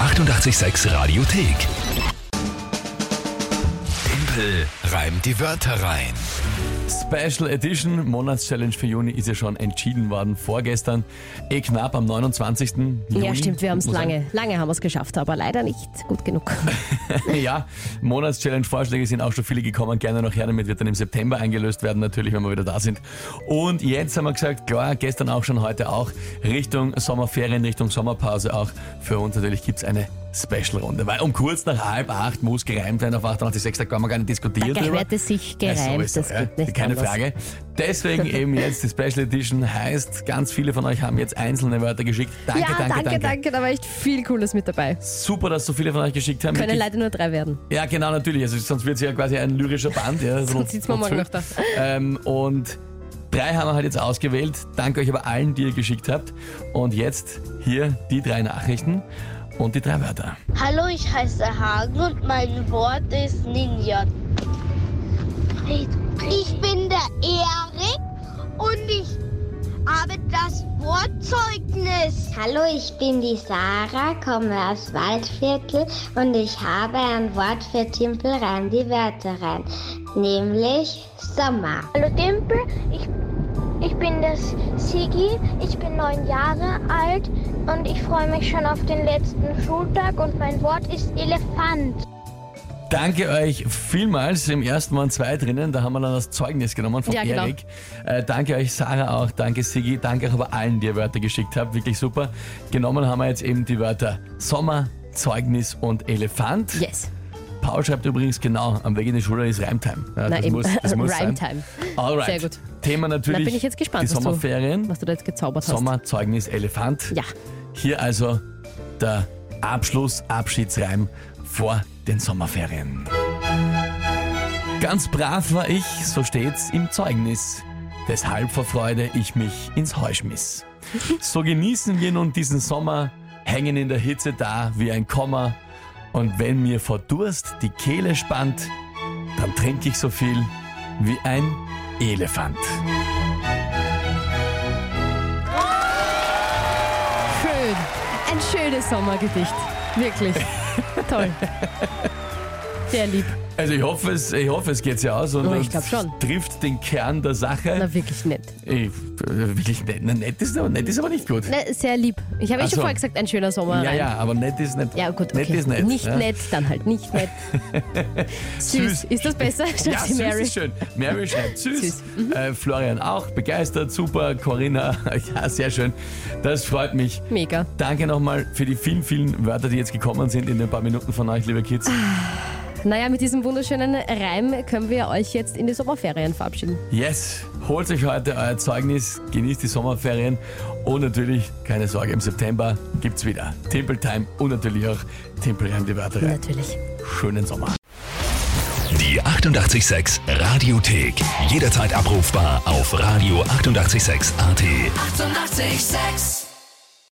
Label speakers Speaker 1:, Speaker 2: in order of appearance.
Speaker 1: 886 Radiothek. Tempel reimt die Wörter rein.
Speaker 2: Special Edition, Monatschallenge für Juni ist ja schon entschieden worden vorgestern. Eh knapp am 29. Juni.
Speaker 3: Ja, stimmt, wir haben es
Speaker 2: Muss
Speaker 3: lange. Lange haben wir es geschafft, aber leider nicht gut genug.
Speaker 2: Ja, Monatschallenge-Vorschläge sind auch schon viele gekommen. Gerne noch her, damit wird dann im September eingelöst werden, natürlich, wenn wir wieder da sind. Und jetzt haben wir gesagt, klar, gestern auch schon, heute auch, Richtung Sommerferien, Richtung Sommerpause auch. Für uns natürlich gibt's eine Special-Runde, weil um kurz nach halb acht muss gereimt werden auf 886, da kann man gar nicht diskutieren.
Speaker 3: Da
Speaker 2: drüber.
Speaker 3: gehört es sich gereimt,
Speaker 2: Ja, sowieso,
Speaker 3: das
Speaker 2: ja.
Speaker 3: geht nicht
Speaker 2: Keine
Speaker 3: anders.
Speaker 2: Frage. Deswegen eben jetzt die Special Edition heißt, ganz viele von euch haben jetzt einzelne Wörter geschickt. Danke,
Speaker 3: ja,
Speaker 2: danke, danke,
Speaker 3: da war echt viel Cooles mit dabei.
Speaker 2: Super, dass so viele von euch geschickt haben.
Speaker 3: Können
Speaker 2: Wirklich
Speaker 3: leider nur drei werden.
Speaker 2: ja, genau, natürlich. Also sonst wird es ja quasi ein lyrischer Band. Ja, Also,
Speaker 3: Sonst sitzt man morgen noch da.
Speaker 2: Ähm, und drei haben wir halt jetzt ausgewählt. Danke euch aber allen, die ihr geschickt habt. Und jetzt hier die drei Nachrichten und die drei Wörter.
Speaker 4: Hallo, ich heiße Hagen und mein Wort ist Ninja. Ich bin der Erik und ich habe das Wortzeugnis.
Speaker 5: Hallo, ich bin die Sarah, komme aus Waldviertel und ich habe ein Wort für Timpel rein, die Wörter rein, nämlich Sommer.
Speaker 4: Hallo Dimpel, ich, ich bin das Sigi, ich bin neun Jahre alt und ich freue mich schon auf den letzten Schultag und mein Wort ist Elefant.
Speaker 2: Danke euch vielmals. Im ersten waren zwei drinnen, da haben wir dann das Zeugnis genommen von
Speaker 3: Ja, genau.
Speaker 2: Erik. Äh, danke euch, Sarah auch, danke Sigi, danke auch aber allen, die ihr Wörter geschickt habt. Wirklich super. Genommen haben wir jetzt eben die Wörter Sommer, Zeugnis und Elefant.
Speaker 3: Yes.
Speaker 2: Paul schreibt übrigens genau, am Weg in die Schule ist Reimtime. Ja,
Speaker 3: Na
Speaker 2: das
Speaker 3: eben.
Speaker 2: muss, das muss sein.
Speaker 3: Rhyme-Time.
Speaker 2: Alright.
Speaker 3: Sehr gut.
Speaker 2: Thema natürlich.
Speaker 3: Na, bin ich jetzt gespannt,
Speaker 2: Die
Speaker 3: was du-
Speaker 2: Sommerferien,
Speaker 3: Was du da jetzt gezaubert hast.
Speaker 2: Sommerzeugnis Elefant.
Speaker 3: Ja.
Speaker 2: Hier also der Abschluss, Abschiedsreim vor den Sommerferien. Ganz brav war ich, so steht's im Zeugnis. Deshalb vor Freude ich mich ins Heu schmiss. So genießen wir nun diesen Sommer, hängen in der Hitze da wie ein Komma. Und wenn mir vor Durst die Kehle spannt, dann trinke ich so viel wie ein Elefant.
Speaker 3: Schön. Ein schönes Sommergedicht. Wirklich. Toll. Sehr lieb.
Speaker 2: Also ich hoffe, es, ich hoffe, es geht ja aus und
Speaker 3: Oh, ich
Speaker 2: und
Speaker 3: glaub schon.
Speaker 2: trifft den Kern der Sache.
Speaker 3: Na, wirklich nett.
Speaker 2: Ich, äh, wirklich nett, Na, nett, ist, aber- nett ist aber nicht gut.
Speaker 3: Na, sehr lieb. Ich habe eh
Speaker 2: Ach
Speaker 3: schon
Speaker 2: so.
Speaker 3: vorher gesagt, ein schöner Sommer.
Speaker 2: ja,
Speaker 3: rein.
Speaker 2: ja, aber nett ist nett.
Speaker 3: Ja, gut, okay.
Speaker 2: Nett ist nett.
Speaker 3: Nicht
Speaker 2: ja.
Speaker 3: nett, dann halt nicht nett. süß.
Speaker 2: Süß.
Speaker 3: Ist das besser? Schreib
Speaker 2: Ja,
Speaker 3: sie
Speaker 2: süß
Speaker 3: Mary.
Speaker 2: ist schön. Mary schreibt süß.
Speaker 3: Süß. Mhm.
Speaker 2: Äh, Florian auch, begeistert, super. Corinna, ja, sehr schön. Das freut mich.
Speaker 3: Mega.
Speaker 2: Danke nochmal für die vielen, vielen Wörter, die jetzt gekommen sind in den paar Minuten von euch, liebe Kids.
Speaker 3: Ah. Naja, mit diesem wunderschönen Reim können wir euch jetzt in die Sommerferien verabschieden.
Speaker 2: Yes, holt euch heute euer Zeugnis, genießt die Sommerferien und natürlich, keine Sorge, im September gibt's wieder Temple Time und natürlich auch Temple Reim die Wörter. rein.
Speaker 3: Natürlich.
Speaker 2: Schönen Sommer.
Speaker 1: Die 886 Radiothek. Jederzeit abrufbar auf radio886.at. 886! 886.
Speaker 6: 886